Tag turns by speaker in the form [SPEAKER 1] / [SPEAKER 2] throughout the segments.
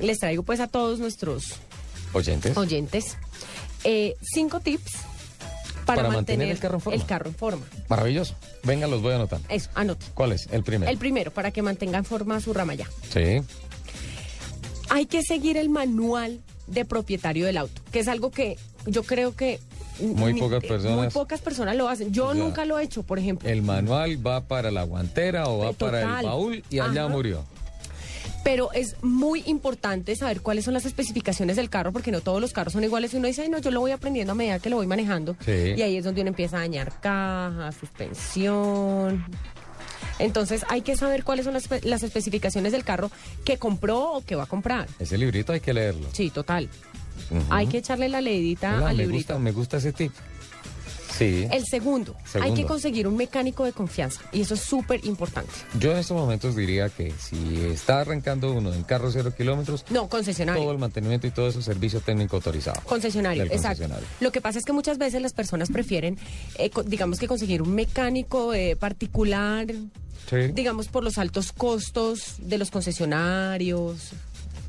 [SPEAKER 1] les traigo pues a todos nuestros
[SPEAKER 2] Oyentes.
[SPEAKER 1] oyentes eh, cinco tips para,
[SPEAKER 2] Para mantener el carro en forma.
[SPEAKER 1] el carro en forma.
[SPEAKER 2] Maravilloso. Venga, los voy a anotar.
[SPEAKER 1] Eso, anota.
[SPEAKER 2] ¿Cuál es? El primero.
[SPEAKER 1] El primero, para que mantenga en forma su rama ya.
[SPEAKER 2] Sí.
[SPEAKER 1] Hay que seguir el manual de propietario del auto, que es algo que yo creo que...
[SPEAKER 2] Muy
[SPEAKER 1] ni-
[SPEAKER 2] pocas
[SPEAKER 1] eh,
[SPEAKER 2] personas.
[SPEAKER 1] Muy pocas personas lo hacen. Yo
[SPEAKER 2] Ya.
[SPEAKER 1] nunca lo he hecho, por ejemplo.
[SPEAKER 2] El manual va para la guantera o va para
[SPEAKER 1] Total.
[SPEAKER 2] el baúl y allá
[SPEAKER 1] Ajá.
[SPEAKER 2] murió.
[SPEAKER 1] Pero es muy importante saber cuáles son las especificaciones del carro, porque no todos los carros son iguales. Y uno dice, ay, no, yo lo voy aprendiendo a medida que lo voy manejando.
[SPEAKER 2] Sí.
[SPEAKER 1] Y ahí es donde uno empieza a dañar caja, suspensión. Entonces hay que saber cuáles son las, espe- las especificaciones del carro que compró o que va a comprar.
[SPEAKER 2] Ese librito hay que leerlo.
[SPEAKER 1] Sí, total.
[SPEAKER 2] Ujú.
[SPEAKER 1] Hay que echarle la leidita
[SPEAKER 2] Hola,
[SPEAKER 1] al
[SPEAKER 2] me
[SPEAKER 1] librito.
[SPEAKER 2] gusta, me gusta ese tip. Sí.
[SPEAKER 1] El segundo, hay
[SPEAKER 2] Segundo.
[SPEAKER 1] que conseguir un mecánico de confianza. Y eso es súper importante.
[SPEAKER 2] Yo en estos momentos diría que si está arrancando uno en carro cero kilómetros,
[SPEAKER 1] No, concesionario.
[SPEAKER 2] todo el mantenimiento y todo eso es servicio técnico autorizado.
[SPEAKER 1] Concesionario,
[SPEAKER 2] Del
[SPEAKER 1] exacto.
[SPEAKER 2] concesionario.
[SPEAKER 1] Lo que pasa es que muchas veces las personas prefieren, eh, co- digamos que conseguir un mecánico eh, particular,
[SPEAKER 2] Sí.
[SPEAKER 1] digamos por los altos costos de los concesionarios,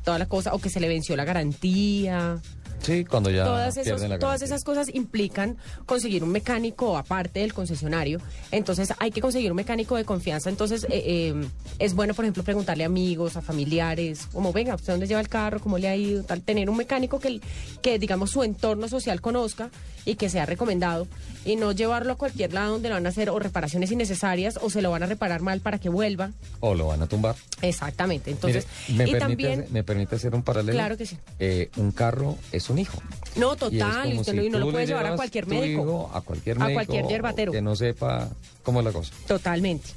[SPEAKER 1] toda la cosa, o que se le venció la garantía.
[SPEAKER 2] Sí, cuando ya
[SPEAKER 1] todas, esos-
[SPEAKER 2] pierden la
[SPEAKER 1] todas
[SPEAKER 2] garantía.
[SPEAKER 1] esas cosas implican conseguir un mecánico aparte del concesionario. Entonces hay que conseguir un mecánico de confianza. Entonces eh, eh, es bueno, por ejemplo, preguntarle a amigos, a familiares, como venga, ¿usted dónde lleva el carro? ¿Cómo le ha ido? Tal, tener un mecánico que, que, digamos, su entorno social conozca y que sea recomendado y no llevarlo a cualquier lado donde lo van a hacer o reparaciones innecesarias o se lo van a reparar mal para que vuelva.
[SPEAKER 2] O lo van a tumbar.
[SPEAKER 1] Exactamente. Entonces,
[SPEAKER 2] Mire, ¿me,
[SPEAKER 1] y
[SPEAKER 2] permite,
[SPEAKER 1] también...
[SPEAKER 2] hacer- ¿me permite hacer un paralelo?
[SPEAKER 1] Claro que sí.
[SPEAKER 2] Eh, un carro es un hijo.
[SPEAKER 1] No,
[SPEAKER 2] Y es
[SPEAKER 1] total, y,
[SPEAKER 2] como
[SPEAKER 1] usted
[SPEAKER 2] si
[SPEAKER 1] no, y no
[SPEAKER 2] tú
[SPEAKER 1] lo
[SPEAKER 2] le
[SPEAKER 1] puede llevar a
[SPEAKER 2] llevas
[SPEAKER 1] cualquier
[SPEAKER 2] tu
[SPEAKER 1] médico.
[SPEAKER 2] hijo, a cualquier
[SPEAKER 1] A
[SPEAKER 2] médico.
[SPEAKER 1] cualquier yerbatero.
[SPEAKER 2] Que no sepa cómo es la cosa.
[SPEAKER 1] Totalmente.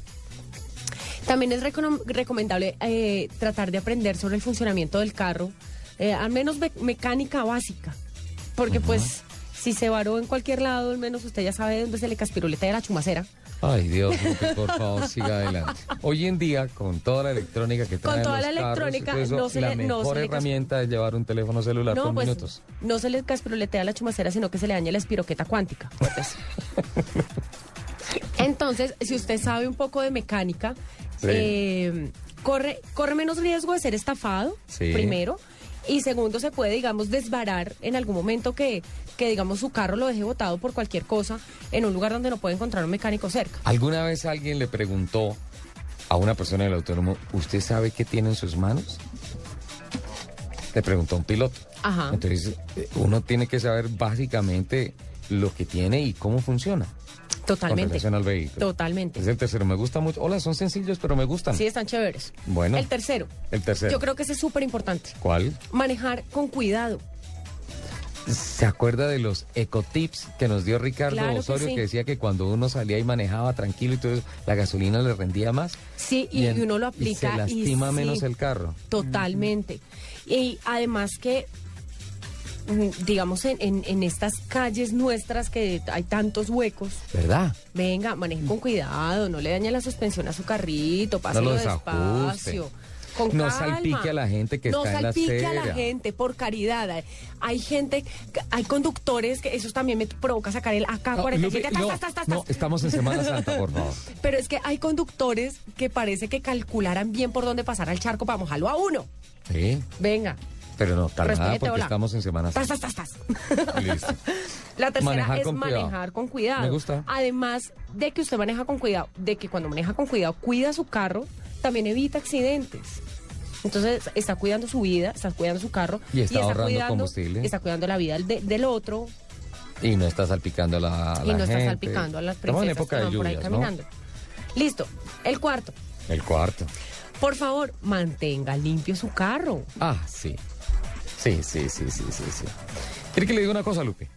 [SPEAKER 1] También es recono- recomendable eh, tratar de aprender sobre el funcionamiento del carro, eh, al menos me- mecánica básica, porque pues si se varó en cualquier lado, al menos usted ya sabe dónde se le caspiroleta de la chumacera.
[SPEAKER 2] Ay, Dios, Lupe, por favor, siga adelante. Hoy en día, con toda la electrónica que
[SPEAKER 1] Con
[SPEAKER 2] traen
[SPEAKER 1] toda
[SPEAKER 2] los
[SPEAKER 1] la
[SPEAKER 2] carros,
[SPEAKER 1] electrónica,
[SPEAKER 2] todo eso,
[SPEAKER 1] no se
[SPEAKER 2] la
[SPEAKER 1] le- no
[SPEAKER 2] mejor
[SPEAKER 1] se le cas-
[SPEAKER 2] herramienta es llevar un teléfono celular
[SPEAKER 1] No,
[SPEAKER 2] con
[SPEAKER 1] pues
[SPEAKER 2] minutos.
[SPEAKER 1] no se le caspiroletea la chumacera, sino que se le daña la espiroqueta cuántica. pues. Entonces, si usted sabe un poco de mecánica,
[SPEAKER 2] Sí.
[SPEAKER 1] eh, corre, corre menos riesgo de ser estafado,
[SPEAKER 2] Sí.
[SPEAKER 1] primero. Y segundo, se puede, digamos, desbarar en algún momento que, que, digamos, su carro lo deje botado por cualquier cosa en un lugar donde no puede encontrar un mecánico cerca.
[SPEAKER 2] ¿Alguna vez alguien le preguntó a una persona del autónomo, ¿usted sabe qué tiene en sus manos? Le preguntó a un piloto.
[SPEAKER 1] Ajá.
[SPEAKER 2] Entonces, eh, uno tiene que saber básicamente lo que tiene y cómo funciona. Con
[SPEAKER 1] Totalmente.
[SPEAKER 2] relación al vehículo.
[SPEAKER 1] Totalmente.
[SPEAKER 2] Es Pues el tercero, me gusta mucho. Hola, son sencillos, pero me gustan.
[SPEAKER 1] Sí, están chéveres.
[SPEAKER 2] Bueno.
[SPEAKER 1] El tercero.
[SPEAKER 2] El tercero.
[SPEAKER 1] Yo creo que ese es súper importante.
[SPEAKER 2] ¿Cuál?
[SPEAKER 1] Manejar con cuidado.
[SPEAKER 2] ¿Se acuerda de los ecotips que nos dio Ricardo
[SPEAKER 1] Claro que
[SPEAKER 2] Osorio
[SPEAKER 1] sí.
[SPEAKER 2] que decía que cuando uno salía y manejaba tranquilo y todo eso, la gasolina le rendía más?
[SPEAKER 1] Sí, y,
[SPEAKER 2] en-
[SPEAKER 1] uno lo
[SPEAKER 2] y se
[SPEAKER 1] aplica. y
[SPEAKER 2] lastima
[SPEAKER 1] sí,
[SPEAKER 2] menos el carro.
[SPEAKER 1] Totalmente. Y además que, mm, digamos, en, en- en estas calles nuestras que hay tantos huecos,
[SPEAKER 2] ¿Verdad?
[SPEAKER 1] venga, manejen con cuidado, no le dañe la suspensión a su carrito, páselo
[SPEAKER 2] lo desajuste.
[SPEAKER 1] despacio. Con
[SPEAKER 2] No
[SPEAKER 1] calma.
[SPEAKER 2] salpique a la gente que
[SPEAKER 1] no
[SPEAKER 2] está en la
[SPEAKER 1] salpique a la
[SPEAKER 2] acera.
[SPEAKER 1] gente, por caridad. Hay gente, hay conductores que eso también me provoca sacar el AK-47.
[SPEAKER 2] Lupe,
[SPEAKER 1] Tas, tas, tas, tas,
[SPEAKER 2] no,
[SPEAKER 1] tas.
[SPEAKER 2] estamos en Semana Santa, por favor.
[SPEAKER 1] Pero es que hay conductores que parece que calcularan bien por dónde pasar al charco para mojarlo a uno.
[SPEAKER 2] Sí,
[SPEAKER 1] Venga.
[SPEAKER 2] pero no, tal nada
[SPEAKER 1] respete,
[SPEAKER 2] porque
[SPEAKER 1] hola.
[SPEAKER 2] estamos en Semana
[SPEAKER 1] Tas,
[SPEAKER 2] Santa.
[SPEAKER 1] tas, tas, tas.
[SPEAKER 2] Listo.
[SPEAKER 1] La tercera
[SPEAKER 2] Ah, Manejar
[SPEAKER 1] es
[SPEAKER 2] con cuidado.
[SPEAKER 1] manejar con cuidado.
[SPEAKER 2] Me gusta.
[SPEAKER 1] Además de que usted maneja con cuidado, de que cuando maneja con cuidado cuida su carro, también evita accidentes. Entonces está cuidando su vida, está cuidando su carro
[SPEAKER 2] Y está ahorrando combustible.
[SPEAKER 1] Está cuidando la vida de- del otro
[SPEAKER 2] Y no está salpicando a la, a
[SPEAKER 1] y
[SPEAKER 2] la
[SPEAKER 1] no
[SPEAKER 2] gente.
[SPEAKER 1] está salpicando a las personas
[SPEAKER 2] Estamos en
[SPEAKER 1] que
[SPEAKER 2] época de
[SPEAKER 1] van por ahí
[SPEAKER 2] lluvias, ¿no?
[SPEAKER 1] caminando. Listo. El cuarto.
[SPEAKER 2] El cuarto.
[SPEAKER 1] Por favor, mantenga limpio su carro.
[SPEAKER 2] Ah, sí. Sí, sí, sí, sí, sí, sí. Quiere que le diga una cosa, Lupe.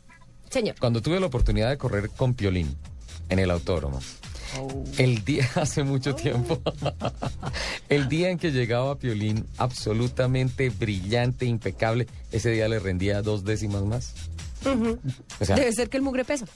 [SPEAKER 1] Señor.
[SPEAKER 2] Cuando tuve la oportunidad de correr con Piolín en el autódromo, el día hace mucho tiempo, el día en que llegaba Piolín absolutamente brillante, impecable, ese día le rendía dos décimas más. O sea,
[SPEAKER 1] Debe ser que el mugre pesa.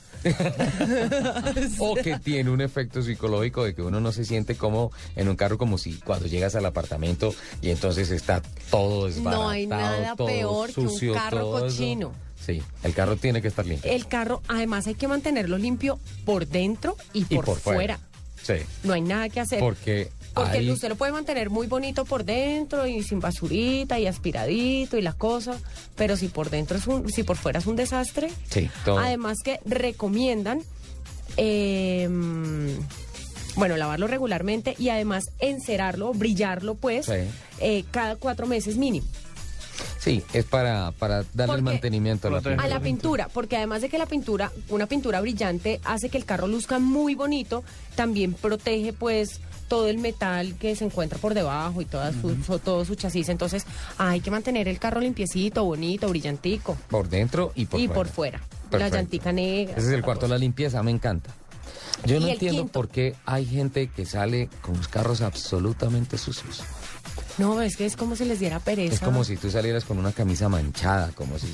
[SPEAKER 2] o que tiene un efecto psicológico de que uno no se siente como en un carro como si cuando llegas al apartamento y entonces está todo desbaratado,
[SPEAKER 1] hay nada
[SPEAKER 2] todo
[SPEAKER 1] peor que un
[SPEAKER 2] sucio,
[SPEAKER 1] carro
[SPEAKER 2] todo eso.
[SPEAKER 1] cochino.
[SPEAKER 2] Sí, el carro tiene que estar limpio.
[SPEAKER 1] El carro, además, hay que mantenerlo limpio por dentro y por, fuera.
[SPEAKER 2] Sí,
[SPEAKER 1] No hay nada que hacer.
[SPEAKER 2] porque
[SPEAKER 1] Porque
[SPEAKER 2] Ahí-
[SPEAKER 1] usted lo puede mantener muy bonito por dentro y sin basurita y aspiradito y la cosa, pero si por dentro es un, si por fuera es un desastre.
[SPEAKER 2] Sí, todo.
[SPEAKER 1] Además que recomiendan, eh, bueno, lavarlo regularmente y además encerarlo, brillarlo, pues,
[SPEAKER 2] Sí.
[SPEAKER 1] eh, cada cuatro meses mínimo.
[SPEAKER 2] Sí, es para, para darle el
[SPEAKER 1] Porque-
[SPEAKER 2] mantenimiento a la
[SPEAKER 3] Proteger.
[SPEAKER 1] A
[SPEAKER 2] pintura.
[SPEAKER 1] la pintura, porque además de que la pintura, una pintura brillante hace que el carro luzca muy bonito, también protege pues todo el metal que se encuentra por debajo y toda su, so- todo su chasis. Entonces hay que mantener el carro limpiecito, bonito, brillantico
[SPEAKER 2] Por dentro y por
[SPEAKER 1] y
[SPEAKER 2] fuera.
[SPEAKER 1] por fuera. La
[SPEAKER 2] Perfecto.
[SPEAKER 1] llantica negra.
[SPEAKER 2] Ese es el
[SPEAKER 1] la
[SPEAKER 2] cuarto,
[SPEAKER 1] cosa.
[SPEAKER 2] la limpieza, me encanta. Yo
[SPEAKER 1] Y
[SPEAKER 2] no
[SPEAKER 1] el
[SPEAKER 2] entiendo
[SPEAKER 1] quinto.
[SPEAKER 2] por qué hay gente que sale con los carros absolutamente sucios.
[SPEAKER 1] No, es que es como si les diera pereza.
[SPEAKER 2] Es como si tú salieras con una camisa manchada, como si,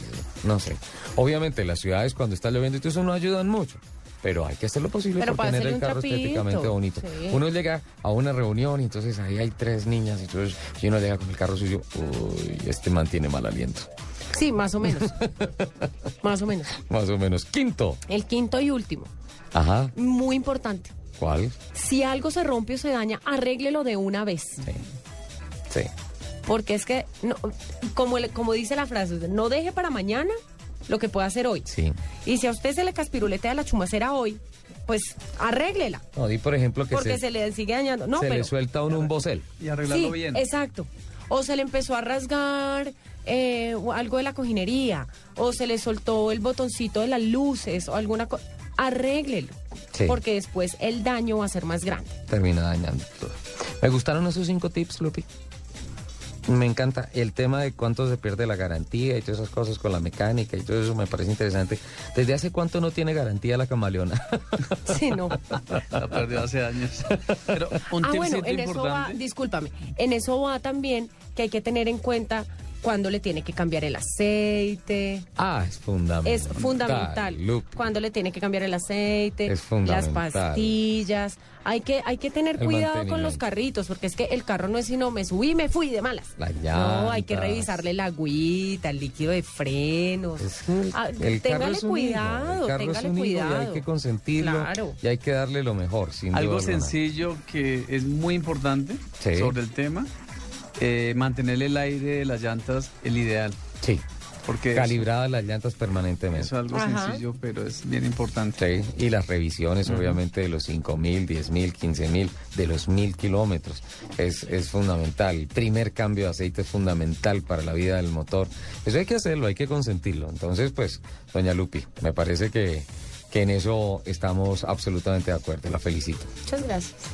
[SPEAKER 2] no sé. Obviamente las ciudades cuando está lloviendo y todo eso no ayudan mucho, pero hay que hacer lo posible
[SPEAKER 1] Pero
[SPEAKER 2] por
[SPEAKER 1] para
[SPEAKER 2] tener
[SPEAKER 1] hacerle
[SPEAKER 2] el
[SPEAKER 1] un
[SPEAKER 2] carro
[SPEAKER 1] trapito,
[SPEAKER 2] estéticamente bonito.
[SPEAKER 1] sí.
[SPEAKER 2] Uno llega a una reunión y entonces ahí hay tres niñas y entonces si uno llega con el carro suyo, uy, este mantiene mal aliento.
[SPEAKER 1] Sí, más o menos. más o menos.
[SPEAKER 2] Más o menos. Quinto.
[SPEAKER 1] El quinto y último,
[SPEAKER 2] Ajá.
[SPEAKER 1] muy importante.
[SPEAKER 2] ¿Cuál?
[SPEAKER 1] Si algo se rompe o se daña, arréglelo de una vez.
[SPEAKER 2] Sí. Sí.
[SPEAKER 1] Porque es que, no, como, el- como dice la frase, no deje para mañana lo que pueda hacer hoy.
[SPEAKER 2] Sí.
[SPEAKER 1] Y si a usted se le caspiruletea la chumacera hoy, pues arréglela,
[SPEAKER 2] No, di por ejemplo que
[SPEAKER 1] porque
[SPEAKER 2] se,
[SPEAKER 1] se, le sigue dañando. No,
[SPEAKER 2] se
[SPEAKER 1] pero,
[SPEAKER 2] le suelta a uno un bocel.
[SPEAKER 3] Y arreglarlo
[SPEAKER 1] sí,
[SPEAKER 3] bien.
[SPEAKER 1] exacto. O se le empezó a rasgar eh, o algo de la cojinería, o se le soltó el botoncito de las luces, o alguna cosa. Arréglelo,
[SPEAKER 2] Sí.
[SPEAKER 1] porque después el daño va a ser más grande.
[SPEAKER 2] termina dañando todo. Me gustaron esos cinco tips, Lupi. Me encanta el tema de cuánto se pierde la garantía y todas esas cosas con la mecánica y todo eso me parece interesante. ¿Desde hace cuánto no tiene garantía la camaleona?
[SPEAKER 1] Sí, no.
[SPEAKER 3] La perdió hace años. Pero un
[SPEAKER 1] ah,
[SPEAKER 3] tip
[SPEAKER 1] bueno,
[SPEAKER 3] siempre
[SPEAKER 1] en eso va,
[SPEAKER 3] importante.
[SPEAKER 1] discúlpame, en eso va también que hay que tener en cuenta cuándo le tiene que cambiar el aceite.
[SPEAKER 2] ah, es fundamental.
[SPEAKER 1] Es fundamental
[SPEAKER 2] Lupi.
[SPEAKER 1] cuándo le tiene que cambiar el aceite,
[SPEAKER 2] Es fundamental.
[SPEAKER 1] las pastillas. Hay que, hay que tener
[SPEAKER 2] El
[SPEAKER 1] cuidado con los
[SPEAKER 2] mantenimiento.
[SPEAKER 1] carritos, porque es que el carro no es sino me subí, me fui de malas.
[SPEAKER 2] Las
[SPEAKER 1] no, hay que
[SPEAKER 2] llantas.
[SPEAKER 1] revisarle la agüita, el líquido de frenos.
[SPEAKER 2] Es que el,
[SPEAKER 1] Ah,
[SPEAKER 2] el carro
[SPEAKER 1] téngale
[SPEAKER 2] es un hijo,
[SPEAKER 1] cuidado,
[SPEAKER 2] el carro
[SPEAKER 1] téngale
[SPEAKER 2] es un hijo
[SPEAKER 1] cuidado.
[SPEAKER 2] y hay que consentirlo
[SPEAKER 1] Claro.
[SPEAKER 2] y hay que darle lo mejor. Sin
[SPEAKER 3] Algo
[SPEAKER 2] duda alguna.
[SPEAKER 3] sencillo que es muy importante
[SPEAKER 2] Sí.
[SPEAKER 3] sobre el tema, eh, mantener el aire de las llantas el ideal,
[SPEAKER 2] Sí,
[SPEAKER 3] porque es-
[SPEAKER 2] calibradas las llantas permanentemente.
[SPEAKER 3] eso es algo
[SPEAKER 1] Ajá.
[SPEAKER 3] sencillo, pero es bien importante.
[SPEAKER 2] Sí, ¿eh? y las revisiones, obviamente, de los 5.000, 10.000, 15.000, de los 1.000 kilómetros. Es, es fundamental. El primer cambio de aceite es fundamental para la vida del motor. Eso hay que hacerlo, hay que consentirlo. Entonces, pues, doña Lupi, me parece que, que en eso estamos absolutamente de acuerdo. La felicito.
[SPEAKER 1] Muchas gracias.